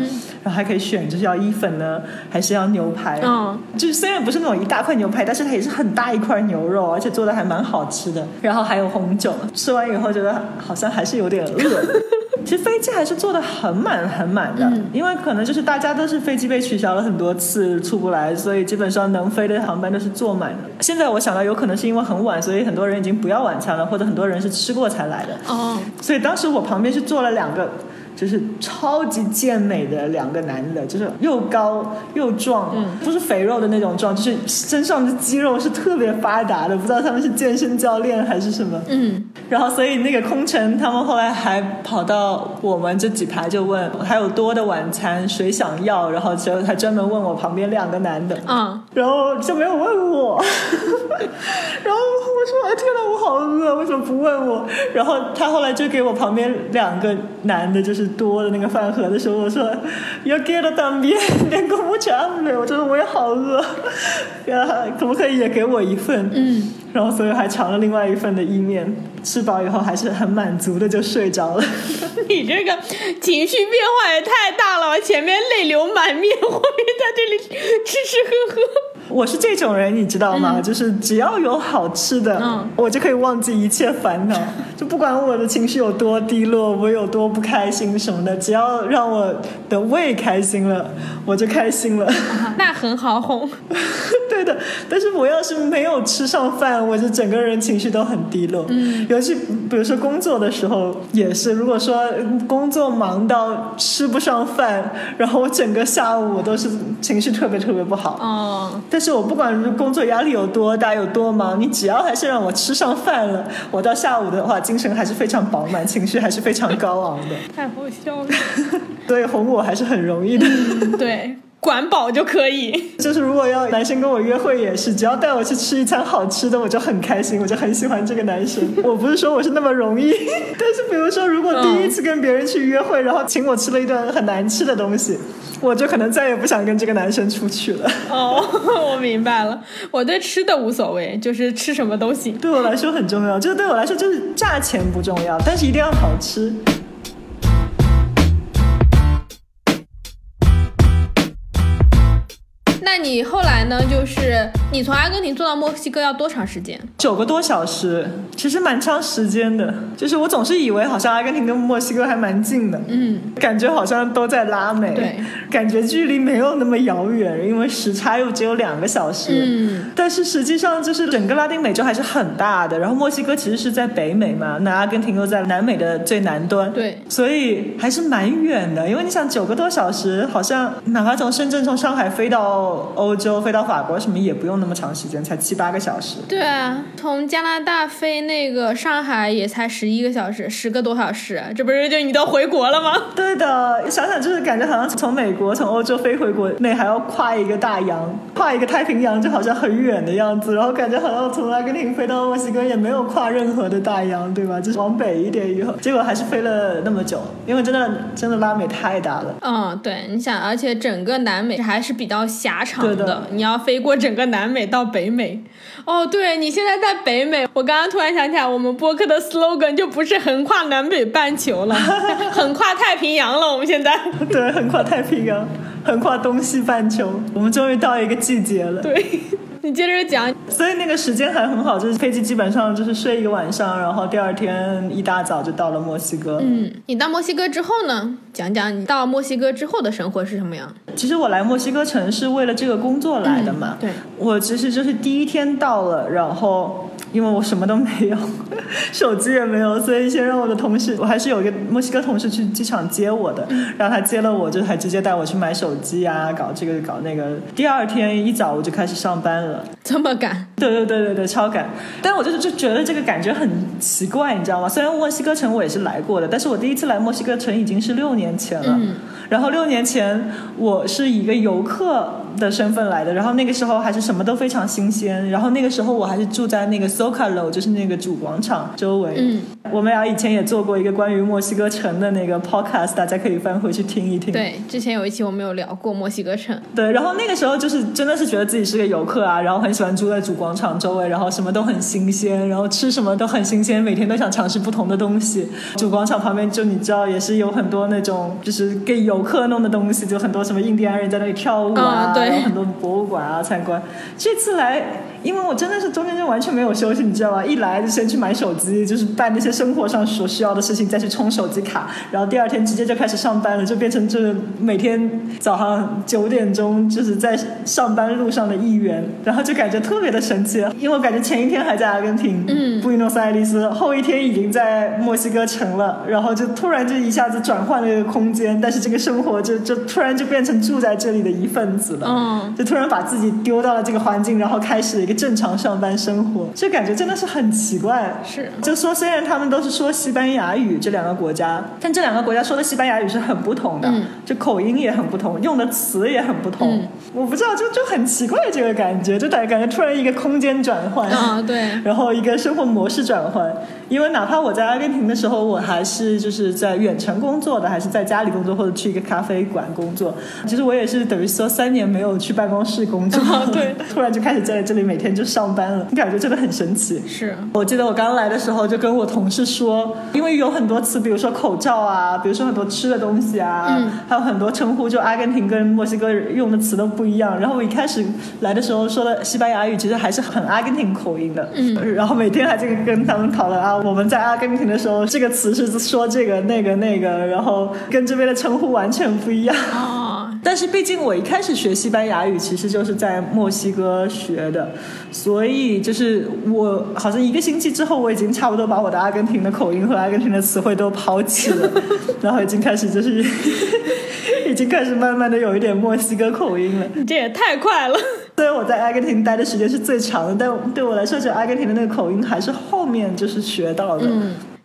S3: 然后还可以选就是要意粉呢，还是要牛排。
S4: 嗯，
S3: 就是虽然不是那种一大块牛排，但是它也是很大一块牛肉，而且做的还蛮好吃的。然后还有红酒，吃完以后觉得好像还是有点饿。其实飞机还是做的很满很满的，因为可能就是大家都是飞机被取消了很多次出不来，所以基本上能飞的航班都是坐满的。现在我想到有可能是因为很晚，所以很多人已经不要晚餐了，或者很多人是吃过才来的。
S4: 哦，
S3: 所以当时我旁边是坐了两个，就是超级健美的两个男的，就是又高又壮，不是肥肉的那种壮，就是身上的肌肉是特别发达的，不知道他们是健身教练还是什么。
S4: 嗯，
S3: 然后，所以那个空乘他们后来还跑到我们这几排就问，还有多的晚餐谁想要，然后就还专门问我旁边两个男的，
S4: 啊，
S3: 然后就没有问我， 然后我说：“哎，天哪，我好饿，为什么不问我？”然后他后来就给我旁边两个男的，就是多的那个饭盒的时候，我说：“Yo quiero también tengo mucha hambre。”我就说我也好饿，然后可不可以也给我一份？
S4: 嗯，
S3: 然后所以还尝了另外一份的意面，吃饱以后还是很满足的就睡着了。
S4: 你这个情绪变化也太大了吧，前面泪流满面，后面在这里吃吃喝喝，
S3: 我是这种人，你知道吗？就是只要有好吃的，
S4: 嗯
S3: 我就可以忘记一切烦恼， 就不管我的情绪有多低落，我有多不开心什么的，只要让我的胃开心了，我就开心了。
S4: 那很好哄，
S3: 对的，但是我要是没有吃上饭，我就整个人情绪都很低落。嗯，尤其比如说工作的时候也是，如果说工作忙到吃不上饭，然后我整个下午我都是情绪特别特别不好。
S4: 哦，
S3: 但是我不管工作压力有多大、有多忙，你只要还是让我吃上饭了，我到下午的话精神还是非常饱满，情绪还是非常高昂的。
S4: 太好笑了。
S3: 所以哄我还是很容易的。
S4: 对，管饱就可以。
S3: 就是如果要男生跟我约会也是，只要带我去吃一餐好吃的，我就很开心，我就很喜欢这个男生。 我不是说我是那么容易， 但是比如说如果第一次跟别人去约会，然后请我吃了一顿很难吃的东西，我就可能再也不想跟这个男生出去了。
S4: 哦，我明白了。我对吃的无所谓，就是吃什么都行。
S3: 对我来说很重要，就是对我来说就是价钱不重要，但是一定要好吃。
S4: 那你后来呢？就是你从阿根廷坐到墨西哥要多长时间？
S3: 九个多小时，其实蛮长时间的。就是我总是以为好像阿根廷跟墨西哥还蛮近的，
S4: 嗯，
S3: 感觉好像都在拉美，
S4: 对，
S3: 感觉距离没有那么遥远，因为时差又只有两个小时。
S4: 嗯，
S3: 但是实际上，就是整个拉丁美洲还是很大的。然后墨西哥其实是在北美嘛，那阿根廷又在南美的最南端，
S4: 对
S3: 所以还是蛮远的。因为你想九个多小时，好像哪怕从深圳、从上海飞到欧洲、飞到法国什么，也不用那么长时间，才七八个小时。
S4: 对啊，从加拿大飞那个上海也才十一个小时，十个多小时，这不是就你都回国了 吗？
S3: 对的，想想就是感觉好像从美国、从欧洲飞回国内还要跨一个大洋，跨一个太平洋，就好像很远的样子。然后感觉好像从阿根廷飞到墨西哥也没有跨任何的大洋，对吧？就是往北一点以后，结果还是飞了那么久，因为真的真的拉美太大了。
S4: 嗯，对，你想，而且整个南美还是比较狭长的，
S3: 对的
S4: 你要飞过整个南美到北美。哦，对，你现在在北美，我刚刚突然想起来，我们播客的 slogan 就不是横跨南北半球了， 横跨太平洋了。我们现在，
S3: 对，横跨太平洋，横跨东西半球，我们终于到一个季节了。
S4: 对你接着讲，
S3: 所以那个时间还很好，就是飞机基本上就是睡一个晚上，然后第二天一大早就到了墨西哥。嗯。
S4: 嗯，你到墨西哥之后呢，讲讲你到墨西哥之后的生活是什么样？
S3: 其实我来墨西哥城是为了这个工作来的嘛。
S4: 嗯对，
S3: 我其实就是第一天到了，然后因为我什么都没有， 手机也没有，所以先让我的同事，我还是有一个墨西哥同事去机场接我的，然后他接了我，就还直接带我去买手机啊，搞这个搞那个。第二天一早我就开始上班了。
S4: 这么赶，
S3: 对 对对对对，超感。但我就是就觉得这个感觉很奇怪，你知道吗？虽然墨西哥城我也是来过的，但是我第一次来墨西哥城已经是六年前了。
S4: 嗯
S3: 然后六年前我是以一个游客的身份来的，然后那个时候还是什么都非常新鲜。然后那个时候我还是住在那个 Socalo，就是那个主广场周围。
S4: 嗯，
S3: 我们俩以前也做过一个关于墨西哥城的那个 podcast，大家可以翻回去听一听。
S4: 对，之前有一期我们有聊过墨西哥城，
S3: 对，然后那个时候就是真的是觉得自己是个游客啊，然后很喜欢住在主广场周围，然后什么都很新鲜，然后吃什么都很新鲜，每天都想尝试不同的东西。主广场旁边就你知道也是有很多那种就是给游客弄的东西，就很多什么印第安人在那里跳舞
S4: 啊
S3: 啊，
S4: 对
S3: 然后很多博物馆啊参观。这次来，因为我真的是中间就完全没有休息，你知道吗？一来就先去买手机，就是办那些生活上所需要的事情，再去充手机卡，然后第二天直接就开始上班了，就变成就是每天早上九点钟就是在上班路上的一员，然后就感觉特别的神奇，因为我感觉前一天还在阿根廷，
S4: 嗯
S3: 布宜诺斯艾利斯，后一天已经在墨西哥城了，然后就突然就一下子转换了一个空间，但是这个生活就就突然就变成住在这里的一份子了，
S4: 嗯，
S3: 就突然把自己丢到了这个环境，然后开始一个正常上班生活，这感觉真的是很奇怪。
S4: 是
S3: 就说虽然他们都是说西班牙语这两个国家，但这两个国家说的西班牙语是很不同的，
S4: 嗯
S3: 就口音也很不同，用的词也很不同。
S4: 嗯
S3: 我不知道，就就很奇怪这个感觉，就感感觉突然一个空间转换。
S4: 啊、对，
S3: 然后一个生活模式转换，因为哪怕我在阿根廷的时候，我还是就是在远程工作的，还是在家里工作，或者去一个咖啡馆工作。其实我也是等于说三年没有去办公室工作，
S4: 啊对，
S3: 突然就开始在这里每天就上班了，感觉真的很神奇。
S4: 是，
S3: 我记得我刚来的时候就跟我同事说，因为有很多词，比如说口罩啊，比如说很多吃的东西啊，
S4: 嗯
S3: 还有很多称呼，就阿根廷跟墨西哥用的词都不一样。然后我一开始来的时候说的西班牙语，其实还是很阿根廷口音的。
S4: 嗯，
S3: 然后每天还这个跟他们讨论啊，我们在阿根廷的时候，这个词是说这个那个那个，然后跟这边的称呼完全不一样。
S4: 哦，
S3: 但是毕竟我一开始学西班牙语，其实就是在墨西哥学的，所以就是我好像一个星期之后，我已经差不多把我的阿根廷的口音和阿根廷的词汇都抛弃了，然后已经开始就是 已经开始慢慢的有一点墨西哥口音了。
S4: 你这也太快了。
S3: 虽然我在阿根廷待的时间是最长的，但对我来说，就阿根廷的那个口音还是后面就是学到的。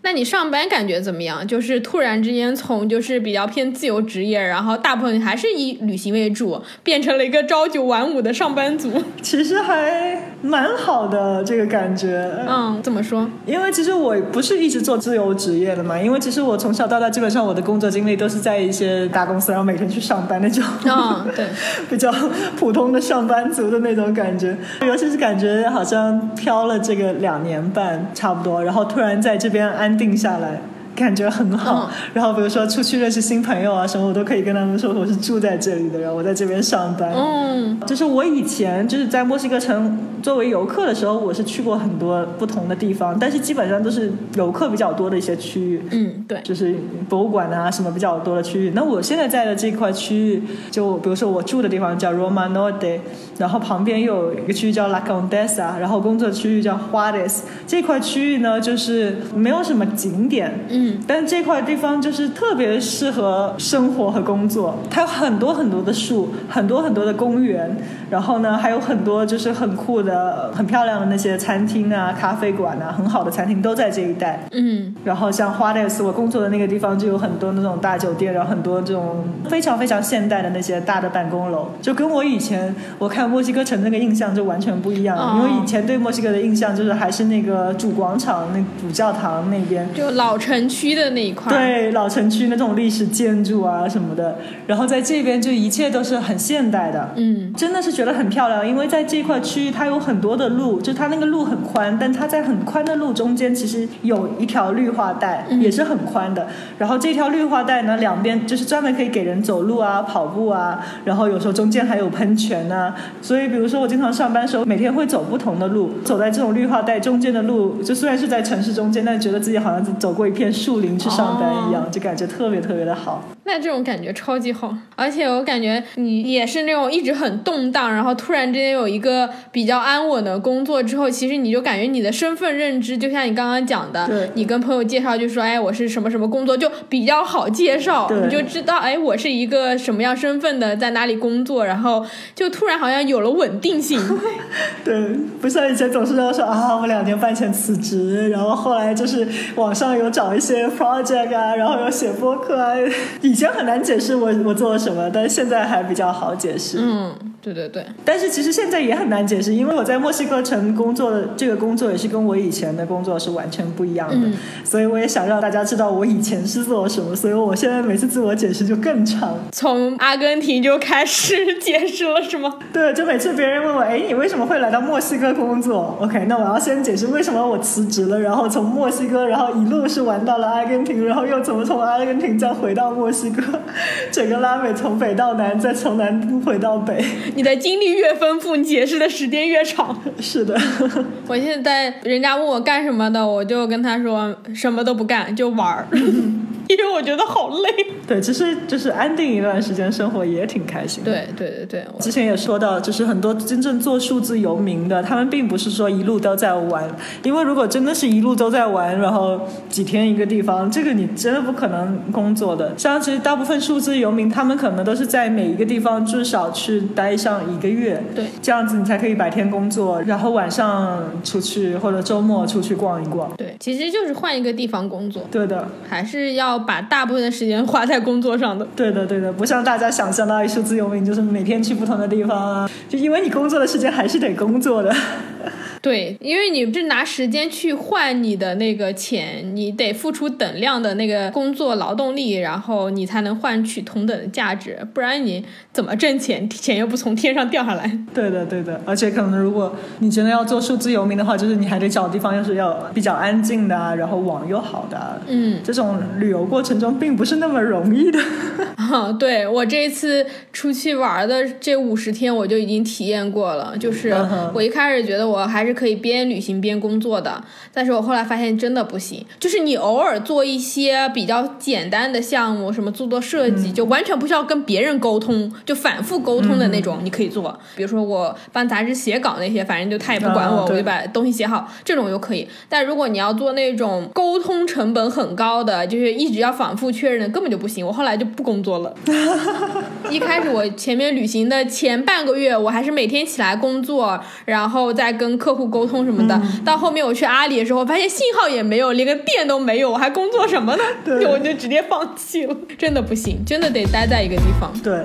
S4: 那你上班感觉怎么样？就是突然之间从就是比较偏自由职业，然后大部分还是以旅行为主，变成了一个朝九晚五的上班族。
S3: 其实还蛮好的这个感觉。
S4: 嗯，怎么说？
S3: 因为其实我不是一直做自由职业的嘛，因为其实我从小到大基本上我的工作经历都是在一些大公司，然后每天去上班那种。
S4: 嗯，对，
S3: 比较普通的上班族的那种感觉，尤其是感觉好像飘了这个两年半差不多，然后突然在这边安定下来。感觉很好，然后比如说出去认识新朋友啊什么，我都可以跟他们说我是住在这里的，然后我在这边上班。
S4: 嗯
S3: 就是我以前就是在墨西哥城作为游客的时候，我是去过很多不同的地方，但是基本上都是游客比较多的一些区域。
S4: 嗯，对，
S3: 就是博物馆啊什么比较多的区域。那我现在在的这块区域，就比如说我住的地方叫 Roma Norte，然后旁边又有一个区域叫 La Condesa，然后工作区域叫 Juarez。这块区域呢，就是没有什么景点，
S4: 嗯，
S3: 但这块地方就是特别适合生活和工作。它有很多很多的树，很多很多的公园，然后呢，还有很多就是很酷的、很漂亮的那些餐厅啊、咖啡馆啊，很好的餐厅都在这一带。
S4: 嗯
S3: 然后像花蕾斯，我工作的那个地方就有很多那种大酒店，然后很多这种非常非常现代的那些大的办公楼，就跟我以前我看墨西哥城那个印象就完全不一样了。
S4: 哦
S3: 因为以前对墨西哥的印象就是还是那个主广场、那主教堂那边，
S4: 就老城区的那一块。，
S3: 对老城区那种历史建筑啊什么的，然后在这边就一切都是很现代的。
S4: 嗯
S3: 真的是觉得很漂亮，因为在这块区域它有很多的路，就它那个路很宽，但它在很宽的路中间其实有一条绿化带，
S4: 嗯
S3: 也是很宽的。然后这条绿化带呢，两边就是专门可以给人走路啊、跑步啊，然后有时候中间还有喷泉啊。所以比如说我经常上班的时候，每天会走不同的路，走在这种绿化带中间的路，就虽然是在城市中间，但觉得自己好像走过一片树林去上班一样，就感觉特别特别的好。
S4: 那这种感觉超级好，而且我感觉你也是那种一直很动荡，然后突然之间有一个比较安稳的工作之后，其实你就感觉你的身份认知，就像你刚刚讲的
S3: 对，
S4: 你跟朋友介绍就说，哎，我是什么什么工作，就比较好介绍，
S3: 对
S4: 你就知道，哎，我是一个什么样身份的，在哪里工作，然后就突然好像有了稳定 性，
S3: 对，不像以前总是要说啊，我两年半前辞职，然后后来就是网上有找一些 project 啊，然后有写播客啊。以前很难解释我我做了什么，但是现在还比较好解释。
S4: 嗯，对对对，
S3: 但是其实现在也很难解释，因为我在墨西哥城工作的这个工作也是跟我以前的工作是完全不一样的，
S4: 嗯
S3: 所以我也想让大家知道我以前是做了什么，所以我现在每次自我解释就更长。
S4: 从阿根廷就开始解释了，是吗？
S3: 对，就每次别人问我，哎，你为什么会来到墨西哥工作？OK，那我要先解释为什么我辞职了，然后从墨西哥，然后一路是玩到了阿根廷，然后又怎么从阿根廷再回到墨西哥，整个拉美从北到南，再从南回到北。
S4: 你的经历越丰富，你解释的时间越长。
S3: 是的，
S4: 我现在人家问我干什么的，我就跟他说什么都不干，就玩 儿，因为我觉得好累。
S3: 对，其实就是安定一段时间，生活也挺开心的。
S4: 对对对对，我
S3: 之前也说到，就是很多真正做数字游民的，他们并不是说一路都在玩，因为如果真的是一路都在玩，然后几天一个地方，这个你真的不可能工作的。像其实大部分数字游民，他们可能都是在每一个地方至少去待上一个月，
S4: 对
S3: 这样子你才可以白天工作，然后晚上出去或者周末出去逛一逛。
S4: 对，其实就是换一个地方工作，
S3: 对的，
S4: 还是要把大部分的时间花在工作上的。
S3: 对的，对的，不像大家想象到数字游民就是每天去不同的地方啊，就因为你工作的时间还是得工作的。
S4: 对，因为你是拿时间去换你的那个钱，你得付出等量的那个工作劳动力，然后你才能换取同等的价值，不然你怎么挣钱？钱又不从天上掉下来。
S3: 对的，对的，而且可能如果你真的要做数字游民的话，就是你还得找地方，要是要比较安静的啊，然后网又好的、啊，
S4: 嗯。
S3: 这种旅游过程中并不是那么容易的。
S4: 啊， 对我这次出去玩的这五十天，我就已经体验过了。就是
S3: 嗯哼
S4: 我一开始觉得我还是是可以边旅行边工作的。但是我后来发现真的不行，就是你偶尔做一些比较简单的项目，什么做做设
S3: 嗯
S4: 计，就完全不需要跟别人沟通，就反复沟通的
S3: 嗯
S4: 那种，你可以做。比如说我帮杂志写稿那些，反正就他也不管
S3: 啊
S4: 我，我
S3: 对
S4: 就把东西写好，这种就可以。但如果你要做那种沟通成本很高的，就是一直要反复确认的，根本就不行。我后来就不工作了。一开始我前面旅行的前半个月，我还是每天起来工作，然后再跟客户沟通什么的。到后面我去阿里的时候，我发现信号也没有，连个店都没有，我还工作什么呢？就 我就直接放弃了，真的不行，真的得待在一个地方。
S3: 对，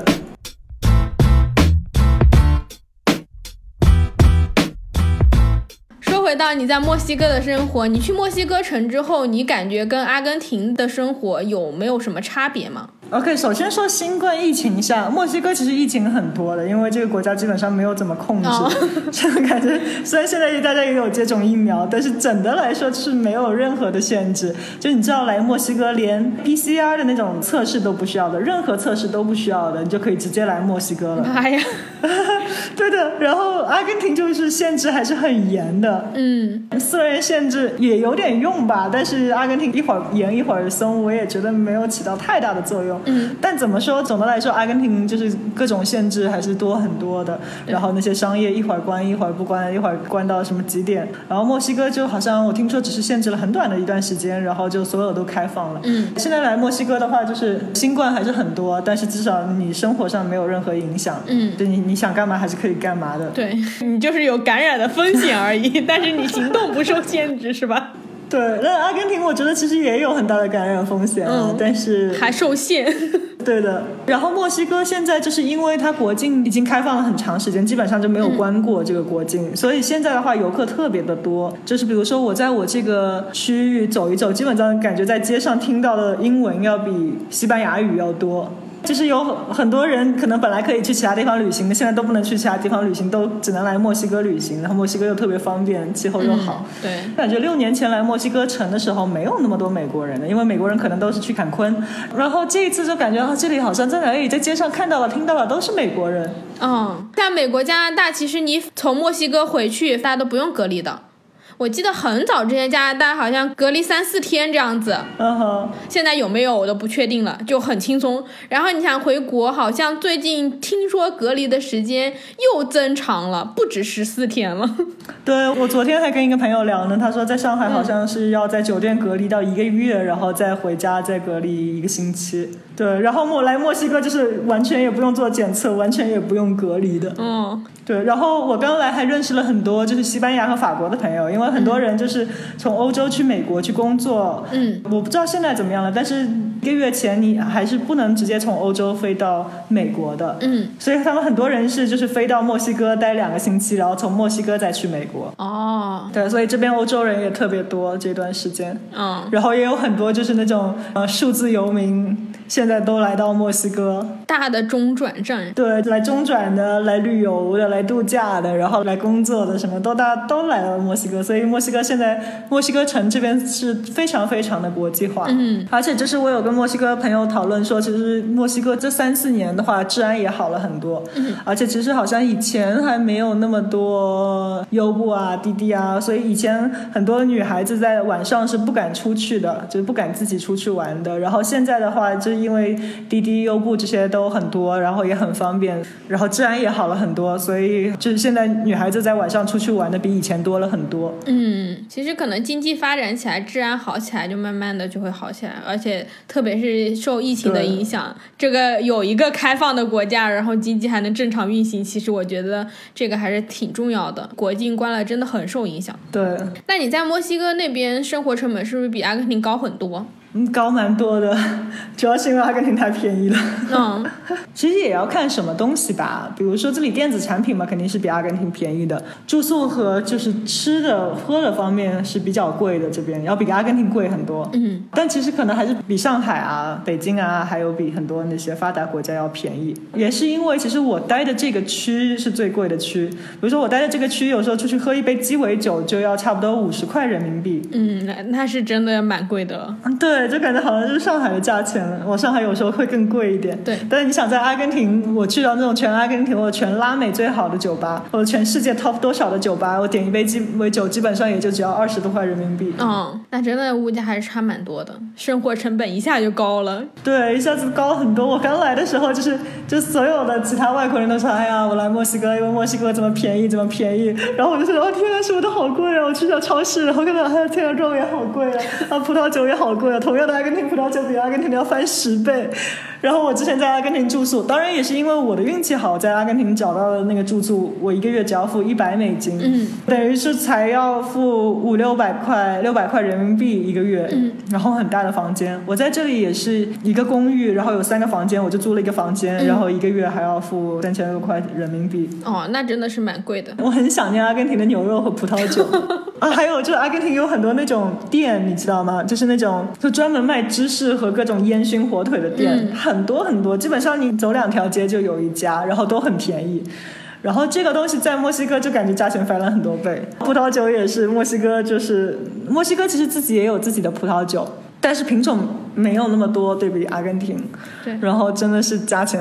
S4: 说回到你在墨西哥的生活，你去墨西哥城之后，你感觉跟阿根廷的生活有没有什么差别吗？
S3: OK，首先说新冠疫情下，墨西哥其实疫情很多的，因为这个国家基本上没有怎么控制
S4: 哦，
S3: 这、种感觉虽然现在大家也有接种疫苗，但是整的来说是没有任何的限制。就你知道来墨西哥连 PCR 的那种测试都不需要的，任何测试都不需要的，你就可以直接来墨西哥了。
S4: 哎呀，
S3: 对的，然后阿根廷就是限制还是很严的，
S4: 嗯，
S3: 虽然限制也有点用吧，但是阿根廷一会儿严一会儿松，我也觉得没有起到太大的作用。
S4: 嗯，
S3: 但怎么说，总的来说，阿根廷就是各种限制还是多很多的。然后那些商业一会儿关，一会儿不关，一会儿关到什么几点。然后墨西哥就好像我听说只是限制了很短的一段时间，然后就所有都开放了。
S4: 嗯，
S3: 现在来墨西哥的话，就是新冠还是很多，但是至少你生活上没有任何影响。
S4: 嗯
S3: 就你你想干嘛还是可以干嘛的。
S4: 对你就是有感染的风险而 已，但是你行动不受限制，是吧？
S3: 对，那阿根廷我觉得其实也有很大的感染风险啊，
S4: 嗯
S3: 但是
S4: 还受限，
S3: 对的。然后墨西哥现在就是因为它国境已经开放了很长时间，基本上就没有关过这个国境，所以现在的话游客特别的多。就是比如说我在我这个区域走一走，基本上感觉在街上听到的英文要比西班牙语要多。就是有很多人可能本来可以去其他地方旅行的，现在都不能去其他地方旅行，都只能来墨西哥旅行。然后墨西哥又特别方便，气候又好，
S4: 对，
S3: 感觉六年前来墨西哥城的时候，没有那么多美国人的，因为美国人可能都是去坎昆，然后这一次就感觉啊，这里好像在哪里，在街上看到了、听到了都是美国人。
S4: 嗯，在美国、加拿大，其实你从墨西哥回去，大家都不用隔离的。我记得很早之前，加拿大好像隔离三四天这样子，
S3: 嗯哼，
S4: 现在有没有我都不确定了，就很轻松。然后你想回国，好像最近听说隔离的时间又增长了，不止十四天了。
S3: 对我昨天还跟一个朋友聊呢，他说在上海好像是要在酒店隔离到一个月，然后再回家再隔离一个星期。对，然后我来墨西哥就是完全也不用做检测，完全也不用隔离的。
S4: 嗯，
S3: 对，然后我刚来还认识了很多就是西班牙和法国的朋友，因为很多人就是从欧洲去美国去工作，
S4: 嗯，
S3: 我不知道现在怎么样了，但是一个月前你还是不能直接从欧洲飞到美国的，
S4: 嗯，
S3: 所以他们很多人是就是飞到墨西哥待两个星期，然后从墨西哥再去美国，
S4: 哦，
S3: 对，所以这边欧洲人也特别多这段时间，
S4: 嗯，
S3: 然后也有很多就是那种呃数字游民现在都来到墨西哥，
S4: 大的中转站，
S3: 对，来中转的、来旅游的、来度假的，然后来工作的，什么都大家都来到墨西哥，所以墨西哥现在墨西哥城这边是非常非常的国际化。
S4: 嗯，
S3: 而且就是我有跟墨西哥朋友讨论说，其实墨西哥这三四年的话，治安也好了很多，嗯，而且其实好像以前还没有那么多优步啊、滴滴啊，所以以前很多女孩子在晚上是不敢出去的，就是不敢自己出去玩的。然后现在的话，就是因为滴滴、优步这些都很多，然后也很方便，然后治安也好了很多，所以就是现在女孩子在晚上出去玩的比以前多了很多。
S4: 嗯，其实可能经济发展起来，治安好起来，就慢慢的就会好起来，而且特别是受疫情的
S3: 对
S4: 影响，这个有一个开放的国家，然后经济还能正常运行，其实我觉得这个还是挺重要的。国境关了，真的很受影响。
S3: 对，
S4: 那你在墨西哥那边生活成本是不是比阿根廷高很 多？
S3: 嗯，高蛮多的， 主要是因为阿根廷太便宜了。
S4: 嗯，
S3: 其实也要看什么东西吧，比如说这里电子产品嘛，肯定是比阿根廷便宜的。住宿和就是吃的喝的方面是比较贵的，这边要比阿根廷贵很多。
S4: 嗯，
S3: 但其实可能还是比上海啊、北京啊，还有比很多那些发达国家要便宜。也是因为其实我待的这个区是最贵的区，比如说我待的这个区，有时候出去喝一杯鸡尾酒就要差不多五十块人民币。
S4: 嗯，那那是真的蛮贵的了。
S3: 嗯，对， 对，就感觉好像就是上海的价钱了。我上海有时候会更贵一点。
S4: 对
S3: 但是你想在阿根廷，我去到那种全阿根廷或者全拉美最好的酒吧，或者全世界 top 多少的酒吧，我点一杯鸡尾酒，基本上也就只要二十多块人民币。
S4: 嗯，那真的物价还是差蛮多的，生活成本一下就高了。
S3: 对，一下子高很多。我刚来的时候，就是就所有的其他外国人都说：“哎呀，我来墨西哥，因为墨西哥怎么便宜，怎么便宜。”然后我就说：“哦，天啊，什么都好贵啊！我去到超市，然后看到，哎呀，天啊，肉也好贵啊，啊，葡萄酒也好贵啊。同样的阿根廷葡萄酒比阿根廷的要翻十倍。”然后我之前在阿根廷住宿，当然也是因为我的运气好，在阿根廷找到了那个住宿，我一个月只要付一百美金，
S4: 嗯，
S3: 等于是才要付五六百块，六百块人民币一个月，
S4: 嗯，
S3: 然后很大的房间。我在这里也是一个公寓，然后有三个房间，我就租了一个房间，
S4: 嗯
S3: 然后一个月还要付三千多块人民币。
S4: 哦，那真的是蛮贵的。
S3: 我很想念阿根廷的牛肉和葡萄 酒啊，还有就是阿根廷有很多那种店，你知道吗？就是那种就专门卖芝士和各种烟熏火腿的店，
S4: 嗯
S3: 很多很多，基本上你走两条街就有一家，然后都很便宜。然后这个东西在墨西哥就感觉价钱翻了很多倍，葡萄酒也是，墨西哥就是墨西哥其实自己也有自己的葡萄酒，但是品种没有那么多，对比阿根廷。
S4: 对
S3: 然后真的是价钱，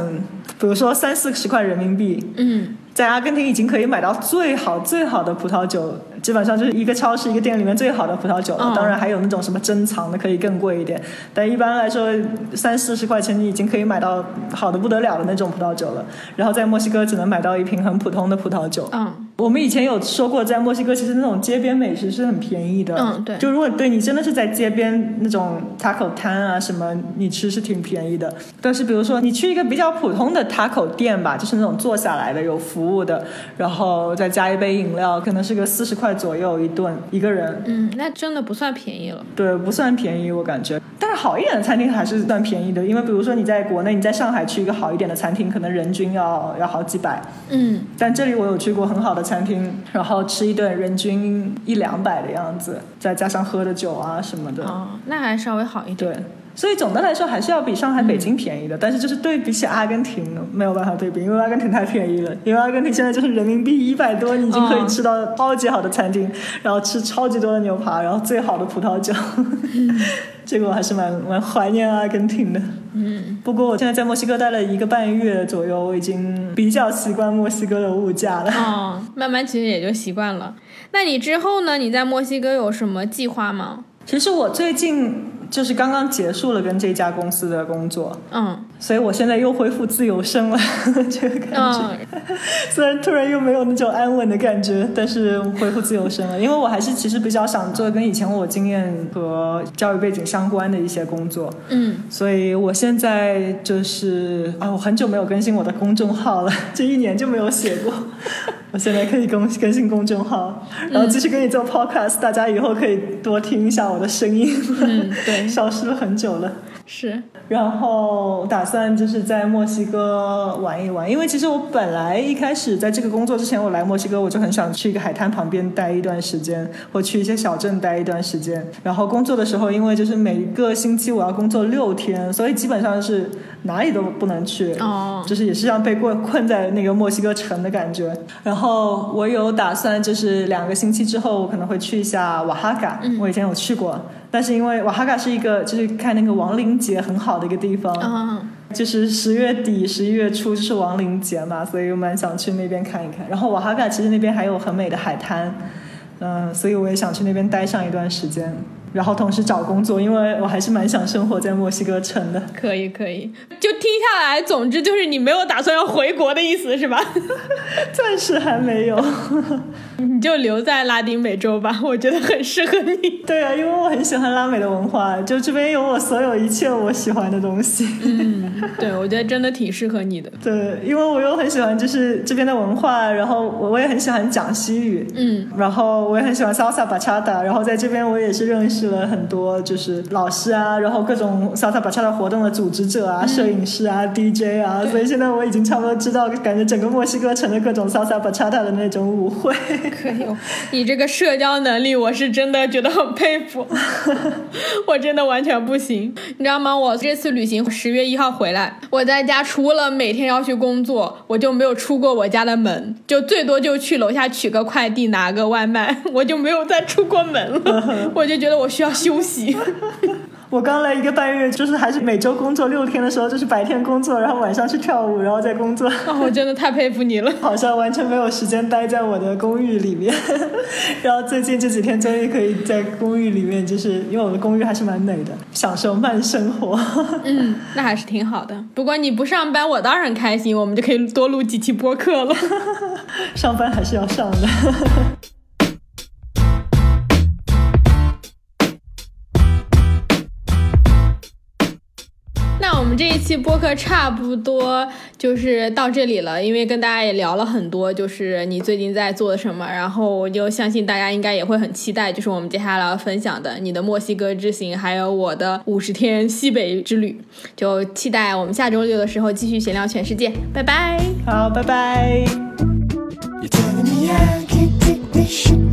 S3: 比如说三四十块人民币，
S4: 嗯，
S3: 在阿根廷已经可以买到最好最好的葡萄酒，基本上就是一个超市一个店里面最好的葡萄酒了。
S4: 嗯
S3: 当然还有那种什么珍藏的，可以更贵一点。但一般来说，三四十块钱你已经可以买到好的不得了的那种葡萄酒了。然后在墨西哥只能买到一瓶很普通的葡萄酒。
S4: 嗯，
S3: 我们以前有说过，在墨西哥其实那种街边美食是很便宜的。
S4: 嗯对
S3: 就如果对你真的是在街边那种 taco 摊啊什么，你吃是挺便宜的。但是比如说你去一个比较普通的 taco 店吧，就是那种坐下来的有服务的，然后再加一杯饮料，可能是个四十块左右一顿一个人。
S4: 嗯，那真的不算便宜了。
S3: 对，不算便宜，我感觉。但是好一点的餐厅还是算便宜的，因为比如说你在国内，你在上海去一个好一点的餐厅，可能人均要要好几百。
S4: 嗯，
S3: 但这里我有去过很好的餐厅，然后吃一顿人均一两百的样子，再加上喝的酒啊什么的，
S4: 哦，那还稍微好一点。
S3: 对。所以总的来说还是要比上海、北京便宜的，但是就是对比起阿根廷没有办法对比，因为阿根廷太便宜了。因为阿根廷现在就是人民币一百多，你已经可以吃到超级好的餐厅，然后吃超级多的牛扒，然后最好的葡萄酒。 这个我还是蛮蛮怀念阿根廷的。嗯，不过我现在在墨西哥待了一个半月左右，我已经比较习惯墨西哥的物价了。
S4: 哦，慢慢其实也就习惯了。那你之后呢？你在墨西哥有什么计划吗？
S3: 其实我最近就是刚刚结束了跟这家公司的工作，
S4: 嗯
S3: 所以我现在又恢复自由身了， 这个感觉。
S4: 嗯
S3: 虽然突然又没有那种安稳的感觉，但是恢复自由身了。因为我还是其实比较想做跟以前我经验和教育背景相关的一些工作，
S4: 嗯，
S3: 所以我现在就是啊，我很久没有更新我的公众号了， 这一年就没有写过。 我现在可以更更新公众号，然后继续跟你做 podcast，、大家以后可以多听一下我的声音。
S4: 嗯对
S3: 消失了很久了。
S4: 是
S3: 然后打算就是在墨西哥玩一玩，因为其实我本来一开始在这个工作之前，我来墨西哥我就很想去一个海滩旁边待一段时间，或去一些小镇待一段时间。然后工作的时候，因为就是每个星期我要工作六天，所以基本上是哪里都不能去。
S4: 哦
S3: 就是也是像被困困在那个墨西哥城的感觉。然后我有打算，就是两个星期之后，我可能会去一下瓦哈嘎，我以前有去过，但是因为瓦哈嘎是一个就是看那个亡灵节很好的一个地方，
S4: 嗯
S3: 就是十月底、十一月初就是亡灵节嘛，所以我蛮想去那边看一看。然后瓦哈嘎其实那边还有很美的海滩，嗯、所以我也想去那边待上一段时间。然后同时找工作，因为我还是蛮想生活在墨西哥城的。
S4: 可以可以，就听下来，总之就是你没有打算要回国的意思是吧？
S3: 暂时还没有。
S4: 你就留在拉丁美洲吧，我觉得很适合你。
S3: 对啊，因为我很喜欢拉美的文化，就这边有我所有一切我喜欢的东西。
S4: 对，我觉得真的挺适合你的。
S3: 对，因为我又很喜欢就是这边的文化，然后我我也很喜欢讲西语，
S4: 嗯，
S3: 然后我也很喜欢 salsa bachata，然后在这边我也是认识了很多就是老师啊，然后各种 salsa bachata 活动的组织者啊、摄影师啊、DJ 啊，所以现在我已经差不多知道，感觉整个墨西哥城的各种 salsa bachata 的那种舞会。
S4: 可以，哦你这个社交能力，我是真的觉得很佩服， 我真的完全不行，你知道吗？我这次旅行十月一号回来，我在家除了每天要去工作，我就没有出过我家的门，就最多就去楼下取个快递，拿 个外卖，我就没有再出过门了，我就觉得我需要休息。
S3: 我刚来一个半月，就是还是每周工作六天的时候，就是白天工作，然后晚上去跳舞，然后再工作，
S4: 哦，我真的太佩服你了。
S3: 好像完全没有时间待在我的公寓里面。 然后最近这几天终于可以在公寓里面，就是因为我的公寓还是蛮美的，享受慢生活。
S4: 嗯，那还是挺好的。不过你不上班，我当然开心，我们就可以多录几期播客了。
S3: 上班还是要上的。
S4: 那我们这一期播客差不多就是到这里了，因为跟大家也聊了很多，就是你最近在做什么，然后我就相信大家应该也会很期待，就是我们接下来要分享的你的墨西哥之行，还有我的五十天西北之旅，就期待我们下周六的时候继续闲聊全世界，拜拜。
S3: 好，拜拜。
S2: You're telling me I can't take this shit